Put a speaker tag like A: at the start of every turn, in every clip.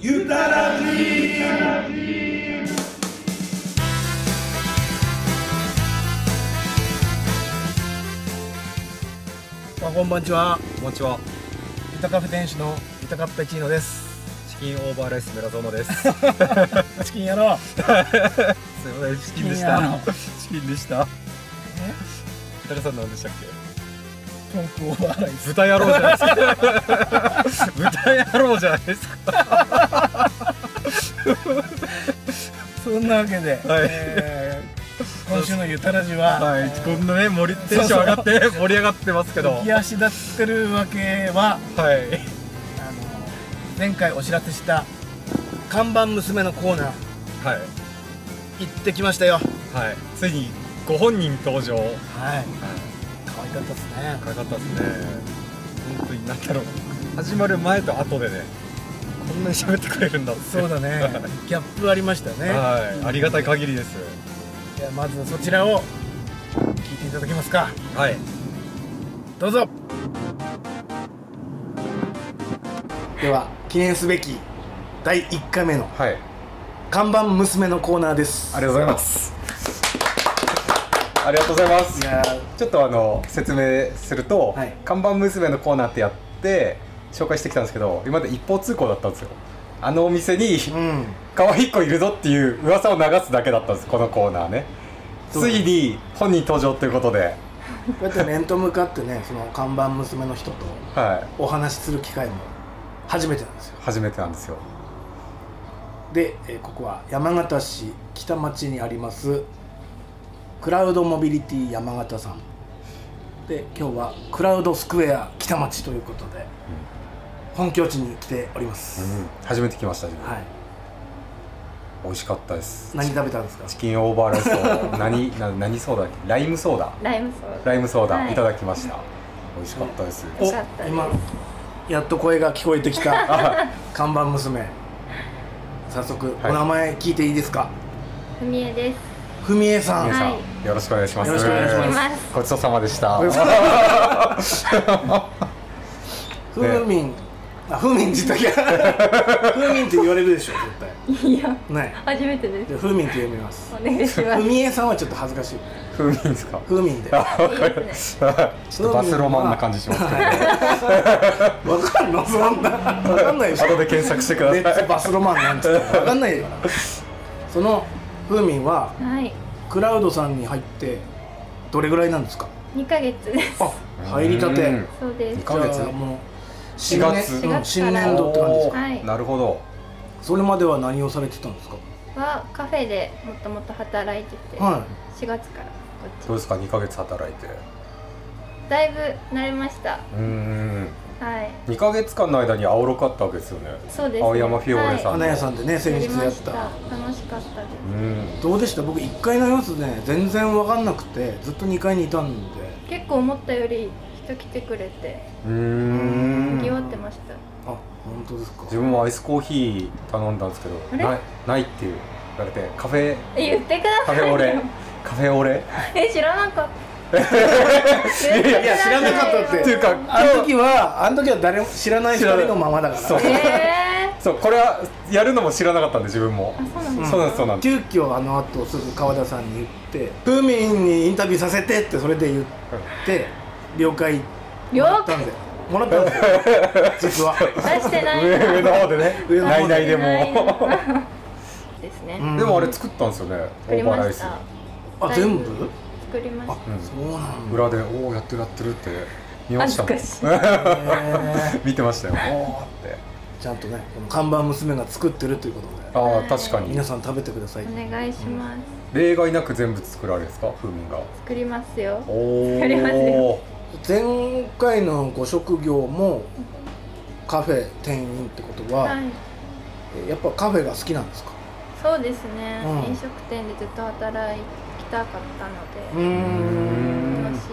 A: ゆたらじ
B: まあ、こんばんちは。
A: こんにちは
B: イタカフェ店主のイタカッペチーノです。
A: チキンオーバーライス村園です すい
B: チキン野郎。
A: ませんチキンでし
B: チキンや
A: たチキンでしたゆたらさん何でしたっけ
B: トンクオーバーライス。
A: 豚野郎じゃないですか豚野郎じゃないですか
B: そんなわけで、
A: はい
B: えー今週のゆたらじは、
A: はい
B: えー
A: こんなね盛りテンション上がって盛り上がってますけどは
B: 浮
A: い
B: き足立ってるわけは、あの前回お知らせした看板娘のコーナー
A: はい
B: 行ってきましたよ。
A: はいついにご本人登場
B: はい。可愛かったですね。
A: かかったですね本当に何だろう始まる前と後でねこんなに喋ってくれるんだって。
B: そうだねギャップありましたね。
A: はいありがたい限りです
B: じゃあまずそちらを聞いていただけますか。
A: はい
B: どうぞでは記念すべき第1回目の
A: はい
B: 看板娘のコーナーです
A: ありがとうございます。ありがとうございます
B: い。やー
A: ちょっとあの説明すると、
B: はい
A: 看板娘のコーナーってやって紹介してきたんですけど、今まで一方通行だったんですよ。あのお店に
B: うん
A: 可愛い子いるぞっていう噂を流すだけだったんです。このコーナーね。
B: そう
A: ついに本人登場ということで、
B: こうやって面と向かってねその看板娘の人と
A: はい、
B: お話しする機会も初めてなんですよ
A: 初めてなんですよ。
B: で、えーここは山形市北町にありますクラウドモビリティ山形さんで今日はクラウドスクエア北町ということで本拠地に来ております、
A: うん、初めて来ました自分。
B: はい
A: 美味しかったです。
B: 何食べたんですか
A: チキンオーバーライスと何な何ソーダだっけライムソーダ。
C: ライムソーダ
A: ライムソーダ、
C: はい
A: い、ただきました。美味しかったです。
C: 美味しかったです
B: 今やっと声が聞こえてきた
A: あ
B: 看板娘早速
A: はい
B: お名前聞いていいですか
C: ふみえです
B: ふみえさん、
A: 皆さん、
C: は
A: よろしくお願いします。
B: よろしくお願いします
C: います
A: ごちそうさまでした。
B: ごちそう
A: は
B: ふーみんあふーみん自体 がふーみんって言われるでしょ絶
C: いや
B: 対ね
C: 初めてです
B: でふーみんって読みます
C: お願いしま
B: ふ
C: す
B: みえさんはちょっと恥ずかしい
A: い風味ですか。
B: ふーみんで
A: あ
B: わ
A: わかりましたちょ っとバスロマンな感じしますけど、
B: かんのそんなわかんないでしょ
A: 後で検索してくだ
B: レッ
A: さ
B: ツ
A: い。
B: バスロマンなんてわかんないからそのふーみんは
C: はい
B: クラウドさんに入ってどれぐらいなんですか
C: 2ヶ月です
B: あ入りたて、
A: うん
C: そうです
A: か月
B: じゃあもう
A: 四月
B: 新
C: 四
B: 年
C: 月
B: 新年度って感じです
A: お
B: か
C: は
A: ー
C: い
A: なるほど。
B: それまでは何をされてたんですか
C: はカフェでもっともっと働いてて、
B: は
C: 4月から
A: ど
C: こ
A: う
C: っ
A: ですか、二ヶ月働いて。
C: ちだいぶ慣れました
A: うーん。
C: はい
A: 二ヶ月間の間に青ろかったわけですよね。
C: そうです、
A: 青山フィオーレさ
B: い
A: ん
C: は
B: 花屋さんでね
C: い、
B: 先日
C: やりま
B: やっ
C: した
B: た
C: 楽しかったで
A: うん。
B: どうでした僕1階の様子ね全然分かんなくてずっと2階にいたんです
C: 結構思ったより人来てくれて
A: うーん。
C: 賑わってました
B: あ本当ですか
A: 自分もアイスコーヒー頼んだんですけど
C: あれ
A: ないないって言われてカフェ
C: 言ってくだ
A: カ
C: さい
A: フェオレ
C: よ
A: カフェオレ
C: え知らなかった
A: いやいや知らな
B: かったって
A: っていうか
B: あの時はあの時は誰も知らない2人のままだから
A: そう
C: えー、
A: そうこれはやるのも知らなかったんで自分も
C: あそう
B: う
C: なんで
B: ん
C: す
A: そうなんですそうなんです
B: 急遽あの後すぐ川田さんに言って「ふーみんにインタビューさせて」ってそれで言って了解も
C: 了
B: らった
C: 解
B: んでもらった んですよ実は
C: 出してない
A: 上上の方でね
B: 上の方
A: ないないで
C: ない
A: も
C: な ですね、
B: うん
A: でもあれ作ったんですよねオ
C: 作り
A: ーバ
C: ま
A: ーライ
C: し
A: ス
C: た
B: あ全部
C: 作りまし
B: あ
C: た
A: うん
B: そう なんだ
A: 裏でおおやってるやってるって見ましたもん
C: 恥ず
B: へ
A: 見てましたよおおって
B: ちゃんとねこの看板娘が作ってるということで
A: ああ確かに
B: 皆さん食べてください
C: お願いします
A: 例外なく全部作られるんですか風味が
C: 作りますよ
A: お
C: 作りますよ
A: お
B: 前回のご職業もカフェ店員ってことは、
C: はい
B: やっぱカフェが好きなんですか
C: そうですね、
B: うん
C: 飲食店でずっと働きたかったので、
B: うー
A: うん
C: 楽しいです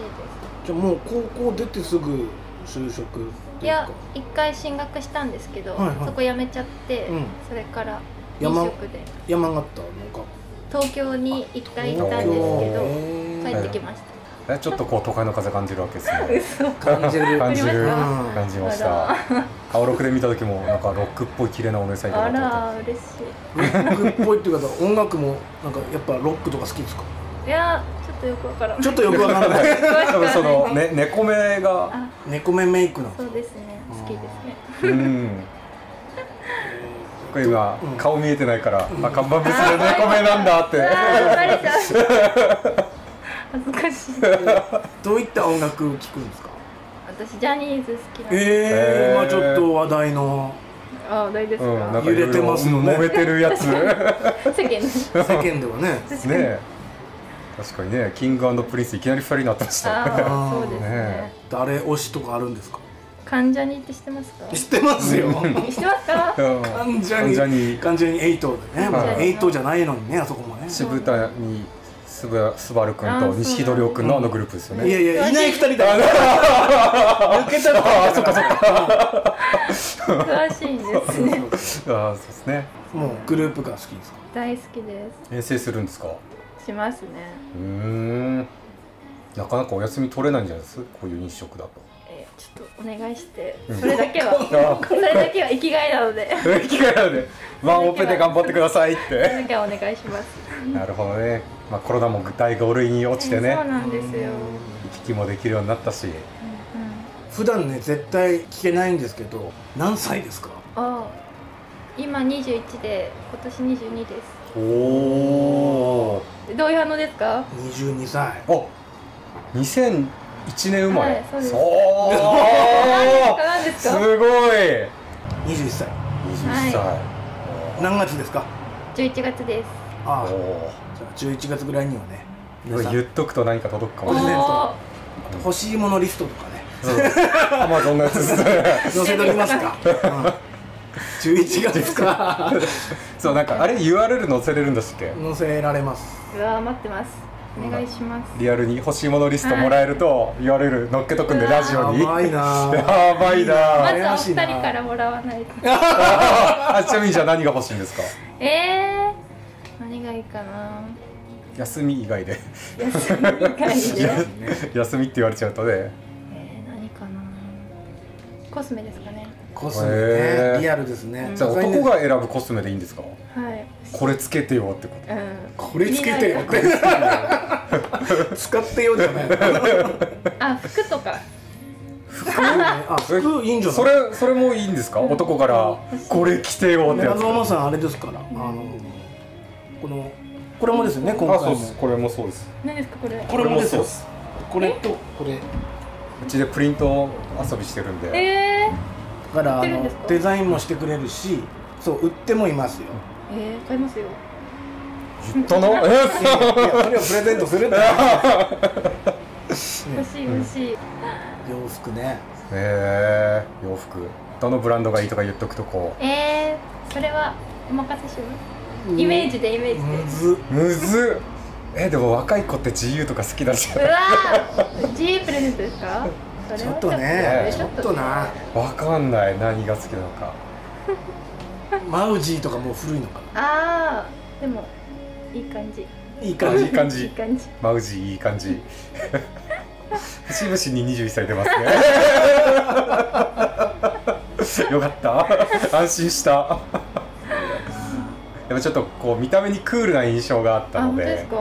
B: じゃあもう高校出てすぐ就職って
C: い
B: いう
C: や
B: か
C: 一回進学したんですけど、
B: はいはい
C: そこ辞めちゃって、
B: うん
C: それから飲
B: 山
C: 食で
B: 山形の学校
C: 東京に一回行ったんですけ
A: 東
C: ど
B: へー
C: 帰ってきました
A: えちょっとこう都会の風感じるわけですね
C: 嘘
B: 感じる
A: 感じる
B: うん
A: 感じました顔録で見た時もなんかロックっぽい綺麗なお姉さんいる
C: あ
A: な
C: ら
A: と思っ
C: 嬉し
B: ロックっぽいっていうか音楽もなんかやっぱロックとか好きですか
C: いいやちょっとよくわからない
B: ちょっとよくわかんない
A: た多分その、ね、猫目が
C: あ
B: 猫目メイクなんで
C: そ
B: す
C: うですね好きですね
A: うんこれ今顔見えてないから、あ看板娘の猫目なんだ って
C: あーバレちゃう恥ずかしい
B: どういった音楽聴くんですか
C: 私ジャニーズ好きなんで
B: ええ
A: えー
B: 今ちょっと話題の
C: あ話題です
A: うん、なん
C: か
A: かいろいろ
B: 揺れてますよね
A: 揉めてるや つね
C: 世間の
B: 世間ではね
A: え確かにねキングプリンスいきなり二人になってましたね
C: あーそうですね
A: ね
B: 誰推しとかあるんですか
C: 関ジャニって知ってますか
B: 知ってますよ
C: 知ってますか
A: うん
B: 関ジ
A: 関ジャ
B: ャ
A: ニ
B: ニ関ジャニエイトでね、
A: はい
B: もうエイトじゃないのにねあそこもね
A: 渋谷すばすばるくんと錦戸亮くんのあのグループですよ
B: い
A: ね
B: やいやいない二人だよ抜けちゃったあそっかそっか
C: 詳しいんですね
A: ああそうですね
B: もうグループが好きですか
C: 大好きで
A: 遠征するんですか
C: すしますね
A: うーんなかなかお休み取れないんじゃないですこういう日食だと
C: えーちょっとお願いして
A: うん
C: それだけは
A: ああ
C: それだけは生きがいなので
A: 機会なのでワンオペで頑張ってくださいっ
C: それ
A: て
C: だけはお願いします
A: なるほどね、まあ、コロナも具体5類に落ちて
C: うんそう
A: ね
C: なんですよ、
A: 行き来もできるようになったし
C: うん
B: 普段ね絶対聞けないんですけど何歳ですか
C: あ今21で今年22で
A: おお
C: すどういう反応ですか
B: 22歳
A: あ2001年生まれ、
C: はいそうです
A: そうす
C: 何ですか何ですか
A: ごい
B: 21歳
A: 20歳、
B: 何月ですか
C: 11月です
B: ああ
A: おお
B: じゃあ11月ぐらいにはね皆さん
A: 言っとくと何か届くか
C: お
A: もしれない
C: ー
B: 欲しいものリストとかね
A: アマゾンのやつですね
B: 載せときま すか、うん、11月ですか
A: そうなんかあれ URL 載せれるんだっけ
B: 載せられます
C: うわー待ってますお願いします
A: リアルに欲しいものリストもらえると URL 載っけとくんで
C: うわ
A: ラジオに
B: やばいな
A: やばいな
C: まずはお
B: 怪しいな
C: 二人からもらわないと
A: あちなみにじゃあ何が欲しいんですか
C: えー、何がいいかな
A: 休み以外で
C: 休み以外
A: いや
C: で、
A: 休みって言われちゃうとね
C: えー、何かなコスメですかね
B: コスメ
A: へ
B: ね
A: え
B: リアルですね
A: じゃあ男が選ぶコスメでいいんですか
C: はい
A: これつけてよってこと
C: うん
B: これつけてよ
C: 気になる
B: 使ってよじゃない
C: あ服とか
B: あ服いいんじゃ
A: そ
B: ない
A: れそれもいいんですか男からこれ着てよってや
B: 宮
A: つ
B: 園さんあれですからあのこのこれもですよね今
A: あそう
B: 回
A: で
B: も
A: すこれもそうです
C: 何ですかこれ
B: これもです
A: そう
B: よ
A: です
B: これとこれ
A: うちでプリント遊びしてるんで
C: えー、
B: だから
C: 売っ
B: あ
C: てるん
B: の
C: ですか
B: デザインもしてくれるしそう売ってもいますよ
C: えー、買いますよ
A: 言ったな
B: いやそれをプレゼントするって
C: 欲しい欲しい、
B: 洋服ね
A: ええ洋服どのブランドがいいとか言っとくとこ
C: えー、それはお任せしますイメージでイメージで、
B: むず
A: うむずっえでも若い子って自由とか好きだし
C: うわー G プレゼントですかそれは
B: ちょっとねちょっとな
A: わかんない何が好きなのか
B: マウジーとかもう古いのか
C: あーでもいい感じ
B: ないい感じ
A: いい感
C: いい
A: じ
C: 感じ
A: マウジーいい感 じ節々に21歳出ます ねよかった安心したやっぱちょっとこう見た目にクールな印象があったので
C: あ本当ですか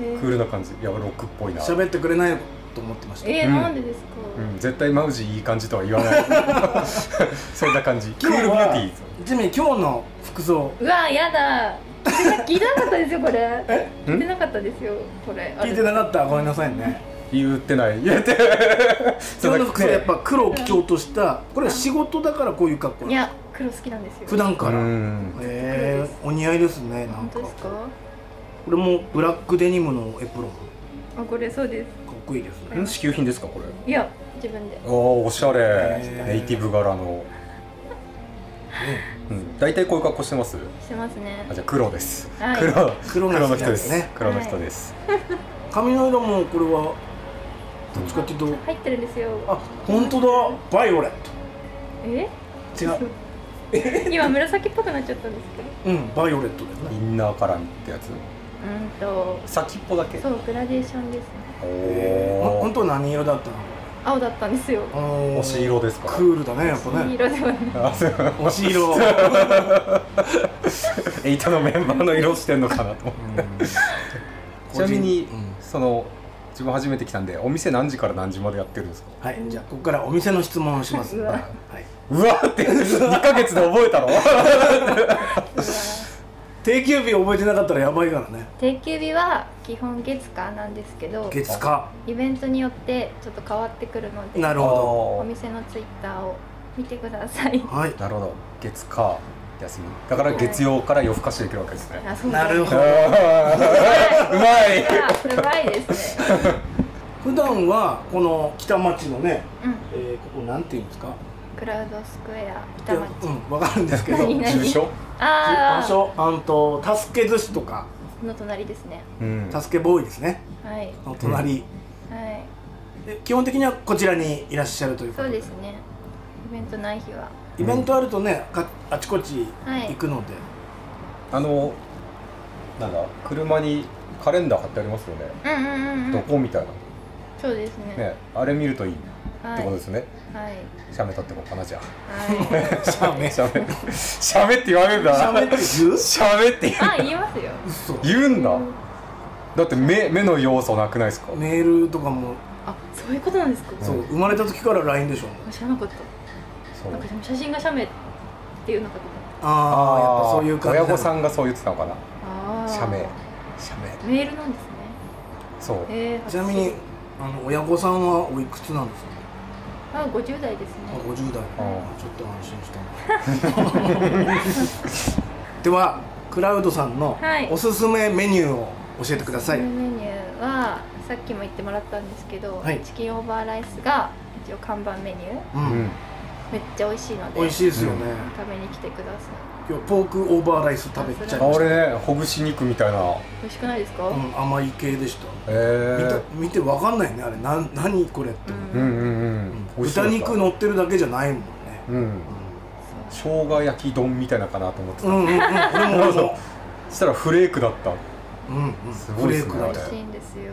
C: え
A: うん
C: ー
A: クールな感じいやロックっぽいな
B: 喋ってくれないと思ってました
C: えー
A: うん
C: なんでですか、
A: うん、絶対マウジいい感じとは言わ ないそんな感じクー
B: 今日
A: ルビュー
B: は
A: ティー
B: ちなみに今日の服装
C: うわーやだ聞いてなかったですよこれ聞いてなかったですよこれあれ
B: 聞いてなかったらごめんなさいね
A: 言って ない言って
B: 今日の服装やっ
A: ぱ
B: ぱ黒を基調としたこれは仕事だからこういう格好
C: いや黒好きなんですよ
B: 普段か
A: う
B: ら
A: ん
B: ええお似合いですねなん
C: 本
B: か
C: 当ですか
B: これもブラックデニムのエプロンか
C: あこれそうです
B: っこいいですね
A: ん支給品ですかこれ
C: いや自分で
A: おおおしゃれ
B: へー
A: ネイティブ柄の、うん、大体こういう格好してます
C: してますね
A: あじゃあ黒です、
C: はい
A: 黒
B: 黒が
A: 黒
B: 好
A: の人
B: きなん
A: で
B: です
A: す、
B: ね
A: 黒の人です、
B: 髪の色もこれはどっちかっていうと
C: 入ってるんですよ
B: あ本当だバイオレッ
C: え
B: ト違う
C: 今紫っぽくなっちゃったんですけど
B: うんバイオレットだよね
A: インナーカラーってやつ
C: うんと
A: 先っぽだけ
C: そうグラデーションですね
A: お
B: ほ
A: お
B: 本当何色だったの
C: 青だったんですよ
B: あのー
A: おし色ですか
B: クールだねやっぱ
C: 黄
B: ね
C: 色ではない
A: あそう
B: おし色うん
A: エイタのメンバーの色してんのかなと思ってちなみに、
B: うん
A: その自分初めて来たんでお店何時から何時までやってるんですか
B: はいじゃあここからお店の質問をします
C: う
B: は
C: わ
B: いう
A: わって2ヶ月で覚えたの
B: 定休日覚えてなかったらやばいからね
C: 定休日は基本月間なんですけど
B: 月火
C: イベントによってちょっと変わってくるので
B: なるほ
C: お店のツイッターを見てください
B: どはい
A: なるほど月火休みだから月曜から夜更かしできるわけですね
C: あそうです
B: なるほ
A: あ
B: ど
A: ーうまい
C: あすごいですね
B: 普段はこの北町のね、
C: うん
B: えーここなんていうんですか
C: クラウドスクエア北町
B: いやうんわかるんですけど
C: 何
A: 重症
C: あ
B: 場
C: あ
B: 所あんと助け寿司とか
C: の隣ですね
A: うん
B: 助けボーイですね
C: はい
B: の隣、
C: はい
B: で基本的にはこちらにいらっしゃるというこ
C: そ
B: と
C: う
B: で
C: ですねイベントない日は
B: イベントあるとねかあちこち行くので、
A: あのなんだ車にカレンダー貼ってありますよね、
C: うんうんうんう
A: ど
C: ん
A: こみたい
C: そうですね
A: なねあれ見るといいっ
C: は
A: て
C: い
A: ことですね、
C: はい
A: 写メ撮ってこうかなじゃあ
C: はい
B: シャメシ
A: 写メ写メって言われるん
B: ャ
A: だ
B: メって言う
A: 写メって言う
C: あ言いますよ
B: 嘘
A: 言うんだ、
C: うん
A: だって目目の要素なくないですか、
B: メールとかも
C: あそういうことなんですか
A: ん
B: そう生まれた時から LINE でしょ
C: 知らなかった
A: そう
C: なんかでも写真が写メっていうのかと思っ
B: ああやっぱそういう感じ
A: 親御さ
B: ん
A: んがそう言ってたのかな
C: たああ
A: 写メ写メ
C: メールなんですね
A: そう
C: えー、
B: ちなみにあの親御さんはおいくつなんですか
C: あ50代ですね
B: あ50代
A: あ
B: ちょっと安心した なではクラウドさんの
C: はい
B: おすすめメニューを教えてください、
C: おすすめメニューはさっきも言ってもらったんですけど、
B: はい
C: チキンオーバーライスが一応看板メニュー
B: う
A: うんん
C: めっちゃ美味しいので
B: 美味しいですよね、
C: 食べに来てください
B: 今日ポークオーバーライス食べちゃいま
A: あ
B: した、
A: れねほぐし肉みたいな
C: 美味しくないですか、
B: うん、甘い系でした
A: え
B: 見た
A: ー、
B: 見てわかんないねあれなん何これって、
A: うんうんうん
B: う
A: 美
B: ん
A: 味しそう
B: 豚
A: だった
B: 肉乗ってるだけじゃないもんね、
A: うん生姜焼き丼みたいなのかなと思って
B: うん、うんうんうん俺も俺も
A: たしたらフレークだった
B: うんうん
A: す
B: フ
A: ごい
B: レ
A: っ
B: ー
A: すね
B: ク
C: 美
B: だ
C: 味
B: ね
C: しいんですよ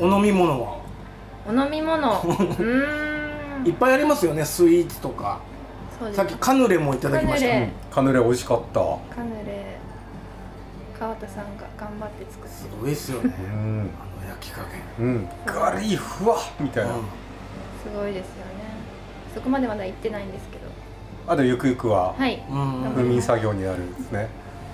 B: お飲み物は
C: お飲 み物うーん
B: いっぱいありますよねスイーツとか
C: そうです
B: さっきカヌレもいただきました
C: カヌレ
A: カヌレ美味しかったう
C: カヌレ川田さんが頑張って作って
B: すごいっすよね
A: ん
B: あの焼き加減
A: うんガリーふわっみたいな、
C: すごいですよねそこまでまだ行ってないんですけど
A: あとゆくゆくは
C: はい
B: うん、うん
A: 風味作業になるんですね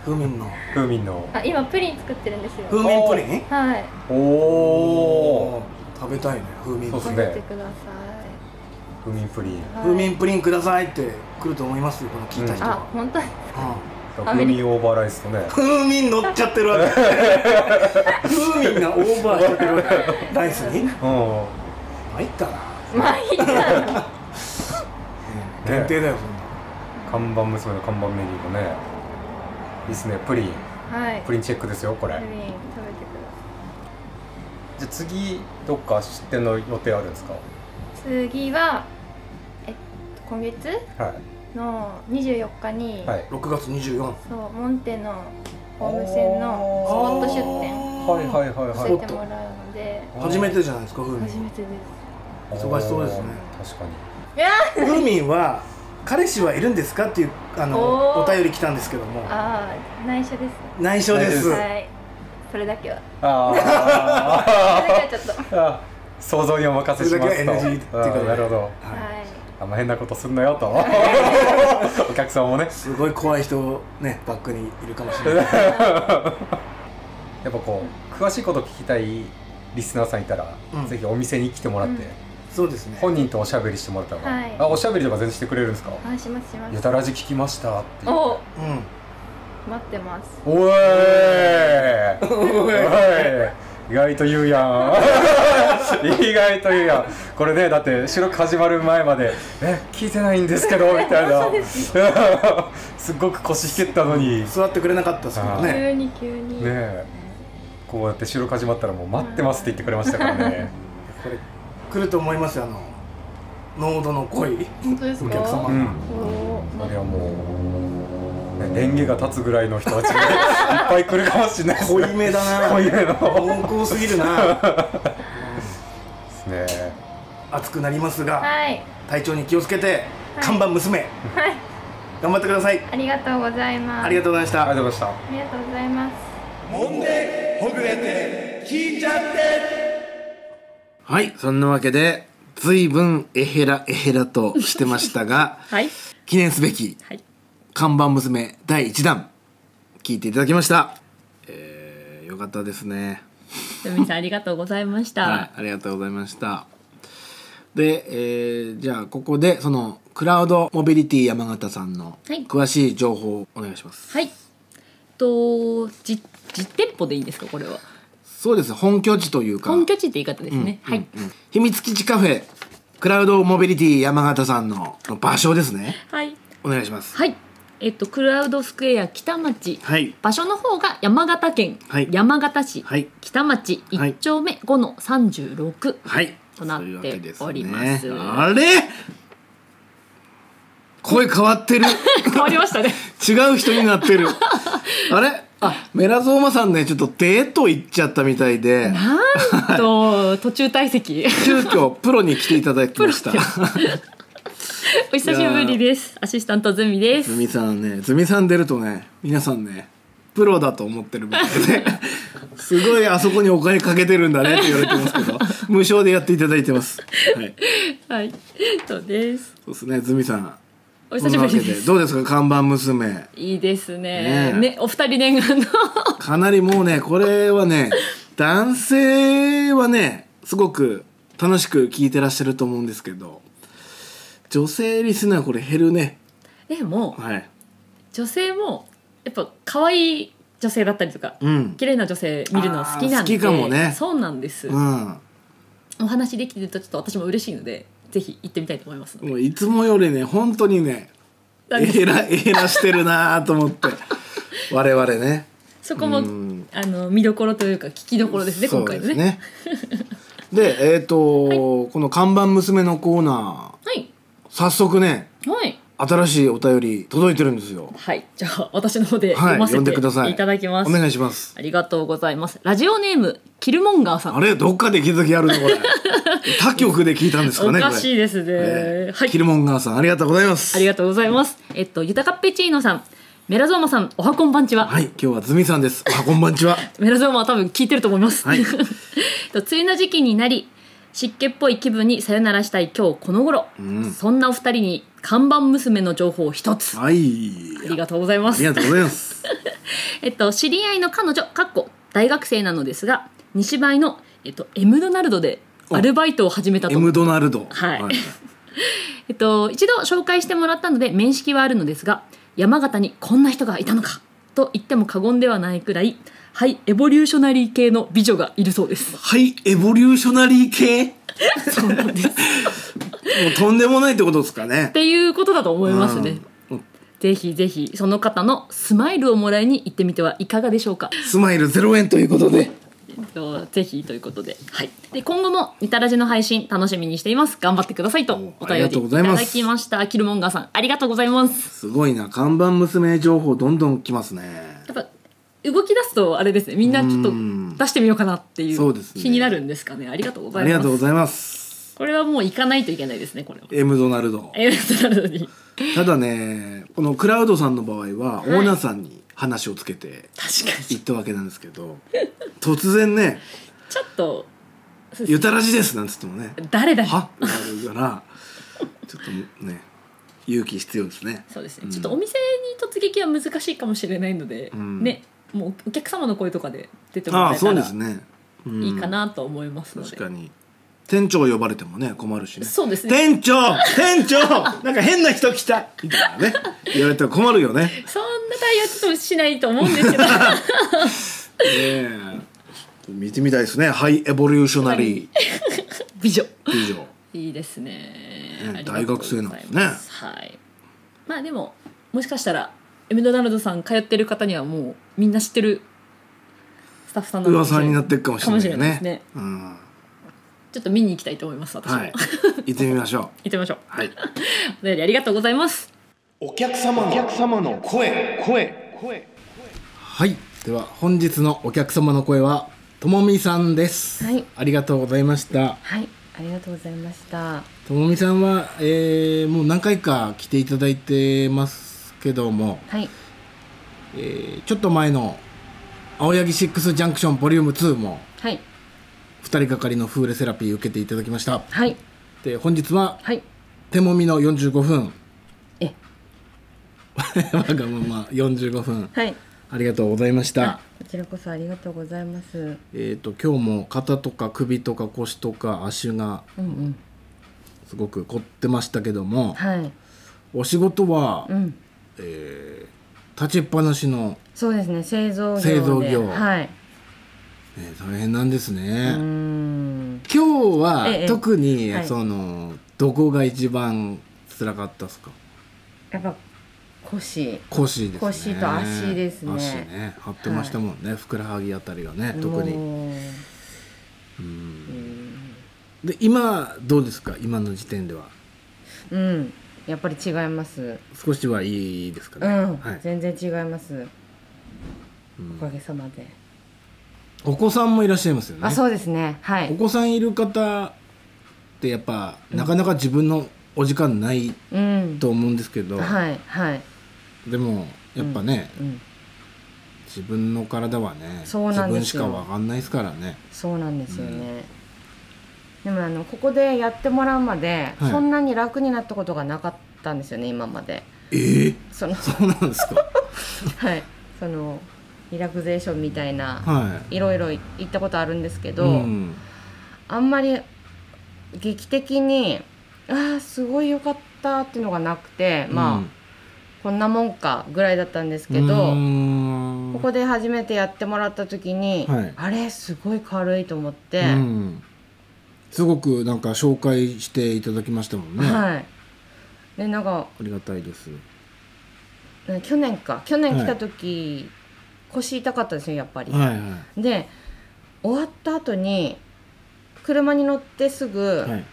B: ふみんの
A: 風味の
C: あ今プリン作ってるんですよ
B: 風味プリン
C: はい
A: おお
B: 食べたいね風味
A: そうっす
C: 食
A: ね
C: べてくださ
A: 風味プリン
C: い、はい、
B: 風味プリンくださいって来ると思いますよこの聞いた人
C: あ
B: は、
C: 本当に
B: う
C: ア
A: 風
C: メリカ
A: 味オーバーライスとね
B: ん風味乗っちゃってるわ け風味がオーバーしちゃってるわけライスに
A: うん
B: 入ったな、
C: まあいいかな
A: ね
B: 限定だよそんな
A: 看板娘の看板メニューもねいいっすねプリン
C: はい
A: プリンチェックですよこれ
C: プリン食べてくださ
A: じゃあ次どっか出店の予定あるんですか
C: い次はえっと今月
A: は
C: の24日に、
A: いはい
B: 6月24
C: そうモンテのホーム線のスポット出店
A: はいはいはい
C: さ
A: は
C: せ
A: い
C: てもらうので
B: 初めてじゃないですか風
C: 初
B: 味
C: めてです
B: 忙しそうですね
A: あー確かに
C: いや
B: 風味は彼氏はいるんですかっていうあの
C: お
B: お
C: ー
B: 便り来たんですけども
C: ああ内緒です
B: 内緒です、
A: うん
C: はい。それだけは。それだ
A: あ
C: けはちょっと。
A: ーあ想像にお任せします
B: それ
A: と
B: だけは NG っていうことで
A: あーなるほど
B: はい
C: はい。
A: あんま変なことすんなよとお客さんもね
B: すごい怖い人ねバックにいるかもしれない
A: やっぱこう詳しいこと聞きたいリスナーさんいたら、
B: うん
A: ぜひお店に来てもらって、
C: うん
B: そうですね
A: 本人とおしゃべりしてもらったら、
C: はい
A: あおしゃべりとか全然してくれるんですか
C: あ、しますし
A: 「
C: ま
A: や
C: す。
A: たらじ聞きました」って言って
B: う
C: お、
B: ん
C: 待ってます。
A: おえーおい意外と言うやん意外と言うやんこれねだって収録始まる前まで「え聞いてないんですけど」みたいなすっごく腰引けてたのにね
B: 座ってくれなかったですからね
C: 急に急に。
A: えこうやって収録始まったらもう「待ってます」って言ってくれましたから ね
B: これ来ると思いますよあの濃度の濃い
C: 本当ですか。
B: お客様
A: うん
C: おー
A: それはもうねね蓮華が立つぐらいの人たちがいっぱい来るかもしれないです
B: 濃
A: ね
B: いめだ
A: 濃
B: ない
A: めの
B: 温厚すぎるな
A: ですね
B: 暑くなりますが
C: はい
B: 体調に気をつけて
C: はい
B: 看板娘、
C: はい
B: 頑張ってください
C: ありがとうございます
B: ありが
C: と
B: とうございまし
A: あ
B: た
A: りがとうございました
C: うありがとうございます
D: もんでほぐれて聞いちゃって
B: はいそんなわけで随分エヘラエヘラとしてましたが
C: はい
B: 記念すべき
C: はい
B: 看板娘第1弾聞いていただきました、えー、よかったですね
E: すみさんありがとうございました。
B: はい、ありがとうございました。で、えーじゃあここでそのクラウドモビリティ山形さんの
E: はい
B: 詳しい情報をお願いします。
E: はい。とじ実店舗でいいんですかこれは。
B: そうです本拠地というか
E: 本拠地って言い方ですね。はい、
B: 秘密基地カフェクラウドモビリティ山形さんのの場所ですね。
E: はい
B: お願いします。
E: はい。えっとクラウドスクエア北町。
B: はい
E: 場所の方が山形県、
B: はい
E: 山形市、
B: はい
E: 北町
B: はい
E: 一丁目5の36、
B: はい
E: となって
B: そういうわけですね
E: おります
B: あれ声変わ ってる
E: 変わりまし たね
B: 違う人になってるあれあメラゾーマさんねちょっとデート行っちゃったみたいで
E: なんと途中退席
B: 急遽プロに来ていただきました。
E: お久しぶりですアシスタントズミです
B: ズミさんね、ズミさん出るとね、皆さんね、プロだと思ってるみたい で、すごいあそこにお金かけてるんだねって言われてますけど、無償でやっていただいてます。はい、
E: はいそうです
B: そうですね、ズミさん。
E: お久しぶり
B: そんな
E: で
B: わけ
E: す
B: どうですか、看板娘。
E: いいです
B: ね
E: ね
B: え
E: ねお二人念願の
B: かなりもうね、これはね、男性はね、すごく楽しく聞いてらっしゃると思うんですけど、女性リスナーこれ減るね。
E: でも
B: はい。
E: 女性もやっぱ可愛い女性だったりとか、
B: うん。
E: 綺麗な女性見るの好きなんで
B: あー好きかもね
E: そうなんです、
B: うん。
E: お話できてるとちょっと私も嬉しいのでぜひ行ってみたいと思いますので
B: もういつもよりね本当にね
E: なんで
B: えらえらしてるなと思って 我々ね
E: そこも
B: うん
E: あの見どころというか聞きどころですね今回のね
B: そうですねでえっ、と、この看板娘のコーナ
E: はい
B: ー早速ね
E: はい
B: 新しいお便り届いてるんですよ
E: はいじゃあ私の方で
B: は
E: 読
B: い
E: ませ
B: 読んでくださ
E: て
B: い
E: いただきます、
B: お願いします
E: ありがとうございますラジオネームキルモンガーさん
B: あれどっかで気づきあるのこれ 他局で聞いたんですか
E: お
B: ね
E: かしい
B: こ
E: ですね、
B: れ、えー
E: はい
B: キルモンガーさんありがとうございます
E: ありがとうございます。えっと、ユタカッペチーノさん、メラゾーマさん、おはこんばんちは。
B: はい今日はズミさんですあこんばんちは
E: メラゾーマは多分聞いてると思います。
B: はい
E: えっ と、梅雨の時期になり、湿気っぽい気分にさよならしたい今日この頃、そんなお二人に看板娘の情報を一つ。あ
B: はい
E: りがとうございま
B: あり
E: す
B: が。とうございます
E: えっと、知り合いの彼女、かっこ大学生なのですが、西梅の、えっと、エムドナルドでアルバイトを始めたと。
B: エムドナルド
E: はいえっと、一度紹介してもらったので面識はあるのですが山形にこんな人がいたのかと言っても過言ではないくらいハイエボリューショナリー系の美女がいるそうです。
B: ハイエボリューショナリー系も
E: そうなんですっ
B: うとんでもないってことですかね。
E: ていうことだと思いますね。
B: うん
E: ぜひぜひその方のスマイルをもらいに行ってみてはいかがでしょうか。
B: スマイルゼロ円ということで。
E: えっとぜひということで、はい。で今後もイタラジの配信楽しみにしています。頑張ってくださいと
B: お
E: お
B: あり
E: 便り
B: が
E: い
B: とうございま
E: た
B: す
E: だきました。キルモンガーさんありがとうございます。
B: すごいな。看板娘情報どんどん来ますね。
E: やっぱ動き出すとあれですねみんなちょっと
B: うん
E: 出してみようかなってい
B: そう
E: う
B: ですね
E: 気になるんですかねありがとうござ
B: あ
E: い
B: りが
E: ます
B: とうございます。
E: これはもう行かないといけないですねこれは
B: エムドナルド。
E: エルサルドに
B: ただね、このクラウドさんの場合は、オーナーさんに話をつけて
E: 確かに
B: 行ったわけなんですけど、突然ね、
E: ちょっと
B: ゆたらじですなんつってもね、
E: 誰だ
B: はってなるから、ちょっとね、勇気必要ですね。
E: そうです
B: う
E: ね
B: ん
E: ちょっとお店に突撃は難しいかもしれないので、
B: うん
E: ねもうお客様の声とかで出ても
B: ああ、
E: らえた
B: そうで
E: ら
B: すね。うん
E: いいかなと思いますので、
B: 確かに店長呼ばれてもね困るしね
E: そうですね
B: 店長店長なんか変な人来たみたいな ね言われても困るよねね
E: そんな対応ちょっとしないと思うん ですけど
B: え見てみたいですねハイエボリューショナリ
E: 美女
B: ー以上
E: いいですね
B: ね。
E: ありがとうございま
B: 大学生なんです
E: はい。まあでももしかしたらエムドナルドさん通ってる方にはもうみんな知ってるスタッフさんの
B: 噂になっていくかもしれないよね
E: かもしれないです
B: うん
E: ちょっと見に行きたいと思います私も。
B: はい
E: 行
B: 行ってみましょう
E: ってみましょう。
B: はい
E: お便りありがとうございます。
D: お客様のお客様の声声声
B: はいでは本日のお客様の声はともみさんです、
F: はい
B: ありがとうございました
F: はい、ありがとうございました。
B: ともみさんは、えーもう何回か来ていただいてますけども、
F: はい、
B: えーちょっと前の「青柳6ジャンクションボリューム2も
F: はい、
B: 2人がかりのフーレセラピー受けていただきました
F: はい、
B: で本日は
F: はい、
B: 手もみの45分
F: え
B: わがまま45分
F: はい。
B: ありがとうございました
F: こちらこそありがとうございます。
B: えっ、と今日も肩とか首とか腰とか足が
F: うんうん、
B: すごく凝ってましたけども
F: はい、
B: お仕事は
F: うん、
B: 立ちっぱなしの、
F: そうですね、製造業で。
B: 製造業
F: はい。
B: えー大変なんです
F: う
B: ね、
F: ーん、
B: 今日は
F: ええ
B: 特に、
F: はい
B: そのどこが一番辛かったですか
F: やっぱ腰。
B: 腰ですね
F: 腰と足ですね
B: 足ね張ってましたもんね、ふくらはぎあたりがね特に
F: もう
B: で今どうですか今の時点では
F: うん、やっぱり違います。
B: 少しはいいですか
F: う
B: ね、
F: ん、
B: はい、
F: 全然違います。おかげさまで。
B: お子さんもいらっしゃいますよね
F: あ、そうですね。は
B: お
F: い。
B: 子さんいる方ってやっぱなかなか自分のお時間ない
F: うん。
B: と思うんですけど、
F: はい、はい。
B: でもやっぱね、
F: うん、
B: 自分の体はね
F: そうなんですよ
B: 自分しかわかんないですからね
F: そうなんですよね。でもあのここでやってもらうまで、
B: はい
F: そんなに楽になったことがなかったんですよね今まで。
B: ええ
F: その
B: そうなんですか
F: はいそのリラクゼーションみたいな、、
B: はい
F: ろいろ行ったことあるんですけ
B: い
F: ど、
B: うん、
F: あんまり劇的にああすごい良かったっていうのがなくて、まあこんなもんかぐらいだったんですけど。ここで初めてやってもらった時に、
B: はい
F: あれすごい軽いと思って、
B: でうん、すごくなんか紹介していただきましたもんね、あ
F: はいでなんか
B: りがたいです
F: うん去年か去年来た時、腰痛かったんですよやっぱり、
B: はい
F: で終わった後に車に乗ってすぐ、
B: はいはい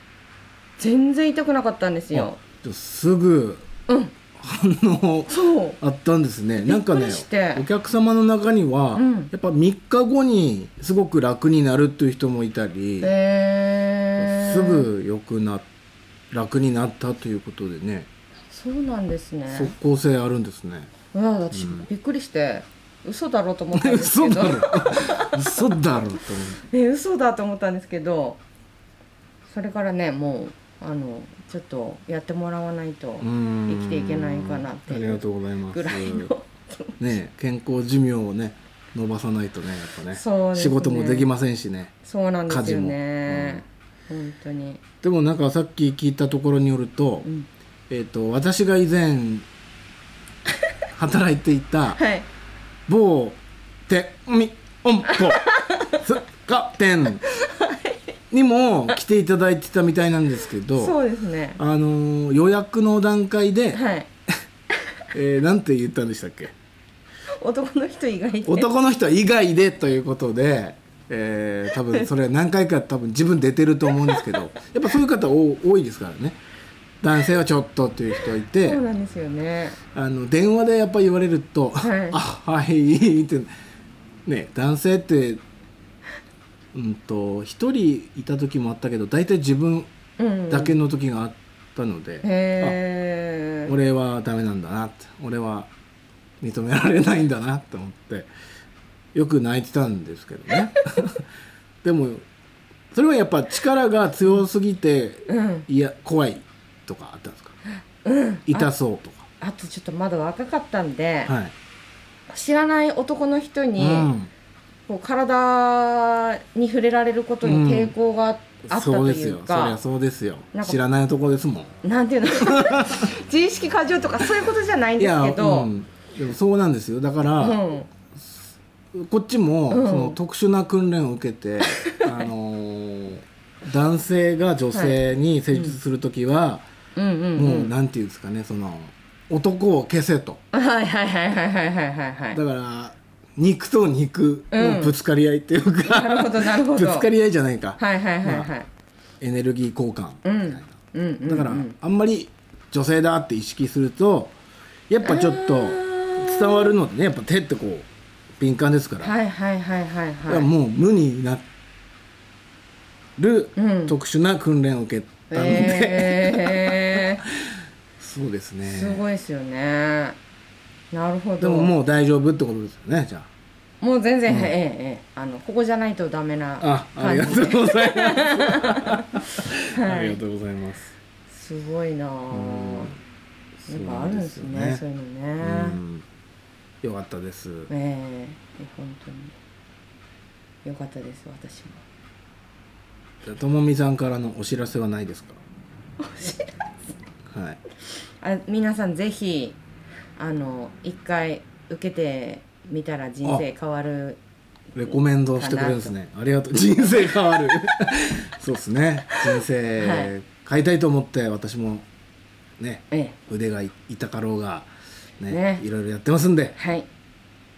F: 全然痛くなかったんですよ
B: じゃあすぐ
F: うん
B: 反応
F: そう
B: あったんですねなんか
F: び
B: ね
F: っくりして
B: お客様の中には、
F: うん
B: やっぱ3日後にすごく楽になるという人もいたり、
F: えー、
B: すぐ良くな楽になったということでね
F: そうなんですね
B: 即効性あるんですね
F: うわ私、びっくりして嘘だろうと思ったんで す
B: 嘘
F: けど
B: だろ嘘だろと思
F: え嘘だと思ったんですけどそれからねもうあのちょっとやってもらわないと
B: ううん
F: 生きていけないかなって
B: あ
F: いう
B: りがとうございます
F: ぐらいの、
B: ね健康寿命をね伸ばさないとねやっぱね
F: そうですね
B: 仕事もできませんしね
F: そうなんですよね、本当に
B: でもなんかさっき聞いたところによると,、
F: うん
B: えっと私が以 前働いていた
F: はい
B: 某てみおんぽすか店にも来ていただいてたみたいなんですけど
F: そうですね
B: あのー予約の段階で、
F: はい
B: えーなんて言ったんでしたっけ
F: 男の人以外で
B: 男の人以外でということで、えー多 分それは何回か多分自分出てると思うんですけどやっぱそういう方多多いですからね男性はちょっとっていう人いて
F: そうなんですよね
B: あの電話でやっぱ言われると「
F: はい
B: あはい」ってね男性ってうんと一人いた時もあったけど大体自分
F: うん
B: だけの時があったので、
F: へえ
B: 俺はダメなんだなって俺は認められないんだなって思ってよく泣いてたんですけど ねでもそれはやっぱ力が強すぎて、
F: うん
B: いや怖いとかあったんですか、痛そうとか
F: あとちょっとまだ若かったんで、
B: はい、
F: 知らない男の人に、
B: うん
F: こう体に触れられることに抵抗があった
B: そう
F: と
B: です
F: い
B: よ
F: う
B: そりゃ
F: か、
B: そうですよ
F: なんか
B: 知らないとこですもん
F: なんていうの 自意識過剰とかそういうことじゃないん
B: い
F: です
B: や、
F: けど、
B: うん、でもそうなんですよだから、
F: うん
B: こっちも、
F: うん
B: その特殊な訓練を受け て、あのー男性が女性に施術する時は、
F: うんうん
B: もうなんていうんですかねその男を消せと
F: はいはいはいはいはいはいはいはい
B: だから肉と肉のぶつかり合いっていう
F: なる
B: か、
F: ほどなるほ
B: ぶ
F: ど
B: つかり合いじゃないか、
F: はいはいはいはい
B: エネルギー交換みたいな、
F: うんうんうん
B: だから、あんまり女性だって意識するとやっぱちょっと伝わるのってねやっぱ手ってこう敏感ですから、
F: はいはいはいは
B: い
F: い
B: や
F: はい
B: もう無になる
F: うん
B: 特殊な訓練を受けたので、
F: え
B: そうです ね
F: ー、すごいですよねなるほど
B: でももう大丈夫ってことですよねじゃ
F: もう全然、ええええあのここじゃないとダメな
B: あああ
F: 感
B: りが
F: じ
B: とうございます
F: はい
B: ありがとうございます
F: すごいなあやっぱあるんですねそう
B: そう
F: いうのね、
B: うんよかったです
F: ええ本当に良かったです私も
B: じゃあともみさんからのお知らせはないですかお知らせはい
F: あ皆さんぜひあの一回受けてみたら人生変わる
B: レコメンドしてくれるんですね。ありがとう。人生変 わる。そうですね。人
F: は
B: 生変えたいと思って私もね、
F: え
B: 腕が痛かろうがね
F: ね
B: いろいろやってますんで
F: えはい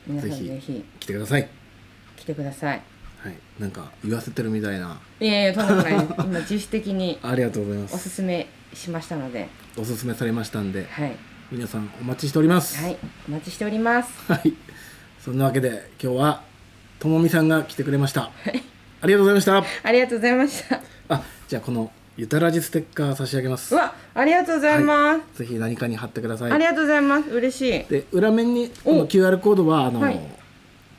F: 皆さん
B: ぜひ
F: ぜひ
B: 来てください。
F: 来てください
B: はい。なんか言わせてるみたいな。
F: いやいやとんでもないです今自主的に
B: ありがとうございま
F: おす
B: す。
F: すめしましたので
B: おすすめされましたんで
F: はい
B: 皆さんお待ちしております。
F: はいお待ちしております
B: はい。そんなわけで今日はともみさんが来てくれました。ありがとうございました。
F: ありがとうございました
B: あ、じゃあこのゆたらじステッカー差し上げます
F: う。わありがとうございます、
B: ぜひ何かに貼ってください。
F: ありがとうございます嬉しい
B: で裏面にこの
F: お
B: QR コードはあの、
F: はい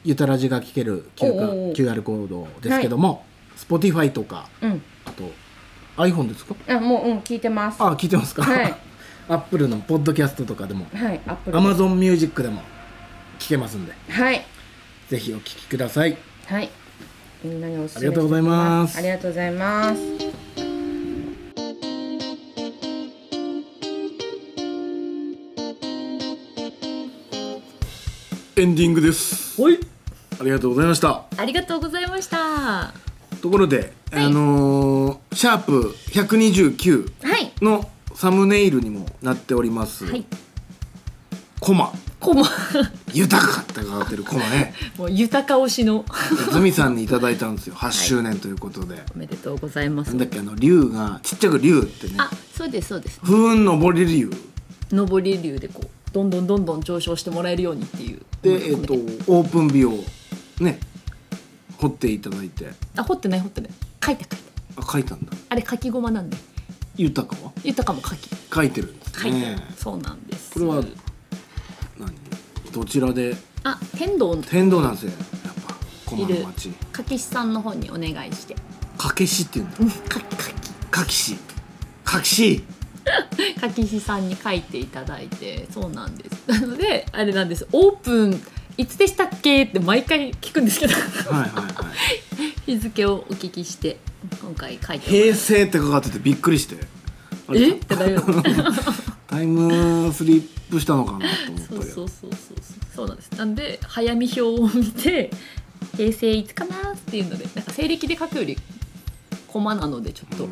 B: ゆたらじが聴ける Q-
F: おうおうおう
B: QR コードですけども、Spotify とか
F: うん
B: あと iPhone ですか
F: あもううん聞いてます
B: あ聞いてますか、
F: はい
B: Apple のポッドキャストとかでも
F: はいアップル
B: Amazon Music でも聴けますんで
F: はい
B: ぜひお聴きください
F: はい。みんなにおすすめ
B: ありがとうございます
F: しておきありがとうございます。
B: エンディングです
E: はい
B: ありがとうございました
E: ありがとうございましたは
B: ところで、あのーシャープ129
E: い
B: のサムネイルにもなっております、
E: はい
B: コマ
E: こま
B: 豊かって書かれてるコマね
E: もう豊か推しの
B: ズミさんにいただいたんですよ8周年ということで、
E: おめでとうございま
B: な
E: す
B: んだっけあの竜がちっちゃく竜ってね
E: あそうですそうです
B: 風雲のぼり竜
E: 上り流でこうどんどんどんどん上昇してもらえるようにっていう
B: で、
E: 思い
B: え
E: を
B: っ
E: 込め
B: とオープン日をね彫っていただいて
E: あ掘ってない掘ってない書いて書いて
B: あ書いたんだ
E: あれ書き駒なんで
B: 豊かは
E: 豊かも書き
B: 書いてるんです
E: 書いてあ
B: ね
E: る、そうなんです
B: これは何どちらで
E: あ天童の
B: 天童なんですよやっぱ駒の町
E: 柿師さんの方にお願いして
B: かけしっていうんだ
E: うんかか
B: かきしかきし
E: 柿師さんに書いていただいてそうなんですなのであれなんですオープンいつでしたっけって毎回聞くん ですけど
B: はいはいはい
E: 日付をお聞きして今回書いて
B: 平成ってかかっててびっくりしてあれ
E: えってなるよね
B: タイムスリップしたのかなと思ったけ
E: そう
B: ど
E: そうそうそうそうそうなんですなんで早見表を見て平成いつかなっていうのでなんか西暦で書くよりコマなのでちょっと
B: う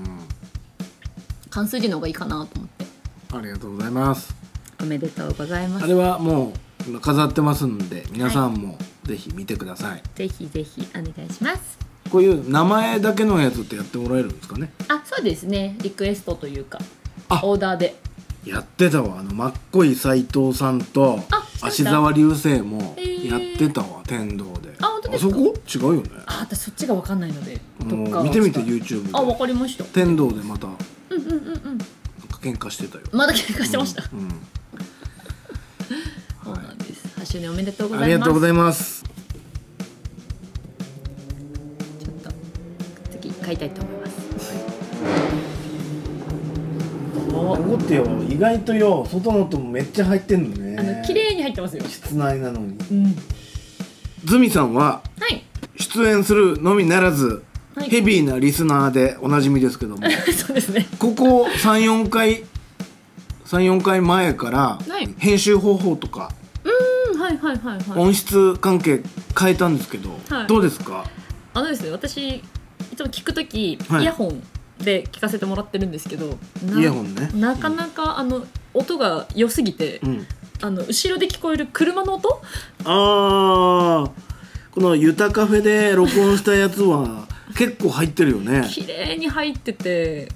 E: 漢数字の方がいいかなと思って
B: んありがとうございます
E: おめでとうございま
B: あ
E: す
B: れはもう今飾ってますんで皆さんもぜひ見てください、
E: ぜひぜひお願いします
B: こういう名前だけのやつってやってもらえるんですかね
E: あそうですねリクエストというか
B: あ
E: オーダーで
B: やってたわあの真っこい斎藤さんと
E: あそうだ
B: 芦沢流星も
E: へー
B: やってたわ天童で
E: あ本当です
B: そ
E: か
B: こ違うよね
E: あ私そっちが分かんないのでどっ
B: も
E: か
B: う見てみて
E: ちょっ
B: YouTube
E: とあ分
B: で
E: かりました
B: 天童でまたなんか
E: うんうんうんうん
B: 喧嘩してたよ
E: まだ喧嘩してました、
B: うんうん
E: そうなんです8周年おめでとうご
B: あ
E: ざ
B: り
E: い
B: が
E: ま
B: と
E: す
B: うございます
E: ちょっと次買いたいと思います
B: あ残ってよ意外とよ外の音もめっちゃ入ってんの
E: あ
B: ね
E: の綺麗に入ってますよ
B: 室内なのに
E: うんは
B: ズミさんはい出演するのみならず、
E: はい
B: ヘビーなリスナーでおなじみですけども
E: そうですね
B: ここ34回34回前から
E: はい
B: 編集方法とか
E: うんはいはいはいはい
B: 音質関係変えたんですけど、
E: はい
B: どうですか
E: あのですね私いつも聞くとき、
B: はい
E: イヤホンで聞かせてもらってるんですけどな
B: イヤホンね
E: なかなかあの音が良すぎて、
B: うん
E: あの後ろで聞こえる車の音
B: あーこの「ゆたカフェ」で録音したやつは結構入ってるよね
E: 綺麗に入ってて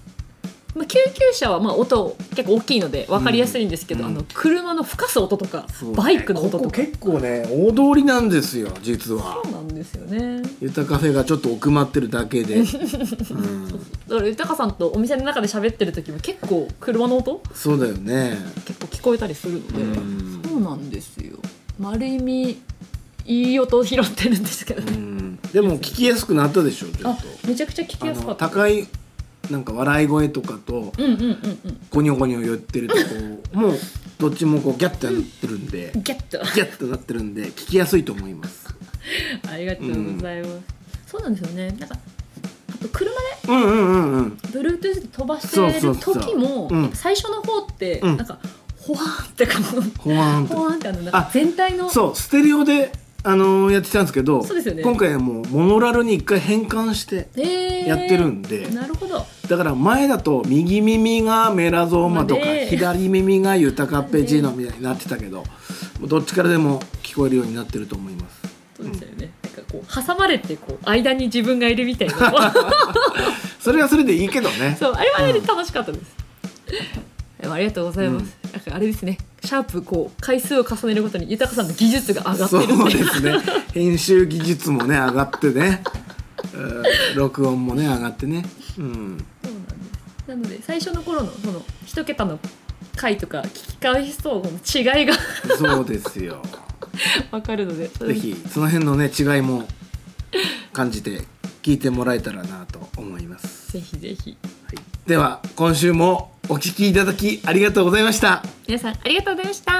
E: まあ、救急車はまあ音結構大きいので分かりやすいんですけど、あの車の吹かす音とか、
B: そうね
E: バイクの
B: こ
E: 音
B: とこ
E: か
B: 結構ね大通りなんですよ実は
E: そうなんですよね
B: ゆたカフェがちょっと奥まってるだ けで、うん、
E: だから豊さんとお店の中で喋ってる時も結構車の音
B: そうだよね
E: 結構聞こえたりするので、
B: うん
E: そうなんですよ、まあ、ある意味いい音を拾ってるんですけど
B: う
E: ね、
B: んでも聞きやすくなったでしょちょ
E: あ
B: っと
E: めちゃくちゃ聞き
B: あ
E: やすか
B: の
E: った
B: 高いなんか笑い声とかと
E: うんうんうんうん
B: ゴニョゴニョ言ってるとこうもうどっちもこうギャッてなってるんで、
E: ゲット
B: ギャッとなってるんで聞きやすいと思います
E: ありがとうございます、そうなんですよねなんかあと車で
B: うんうんうんうん
E: Bluetooth で飛ばして
B: そうそ
E: る
B: うそう
E: 時も
B: うん
E: 最初の方って
B: う
E: なんんかほわーってかの
B: ほわーん
E: ほ
B: と
E: わーってあのなんか
B: あ
E: 全体の
B: そうステレオで、あのーやってたんですけど
E: そうですよね
B: 今回はもうモノラルに一回変換して
E: えー
B: やってるんで、
E: なるほど
B: だから前だと右耳がメラゾーマとか
E: まあね
B: 左耳がユタカペジーノみたいになってたけどどっちからでも聞こえるようになってると思います
E: そうですよね、なんかこう挟まれてこう間に自分がいるみたいな
B: それはそれでいいけどね
E: そうあれはあれで楽しかったです、でもありがとうございます、なんかあれですねシャープこう回数を重ねるごとに豊さんの技術が上がってる
B: そうですね編集技術もね上がってねうん録音もね上がってねうん
E: そうなんです。なので最初の頃のその一桁の回とか聞き返すとこの違いが
B: そうですよ
E: わかるので、それ
B: ぜひその辺のね違いも感じて聞いてもらえたらなと思います
E: ぜひぜひ
B: では今週もお聞きいただきありがとうございました
E: 皆さんありがとうございました。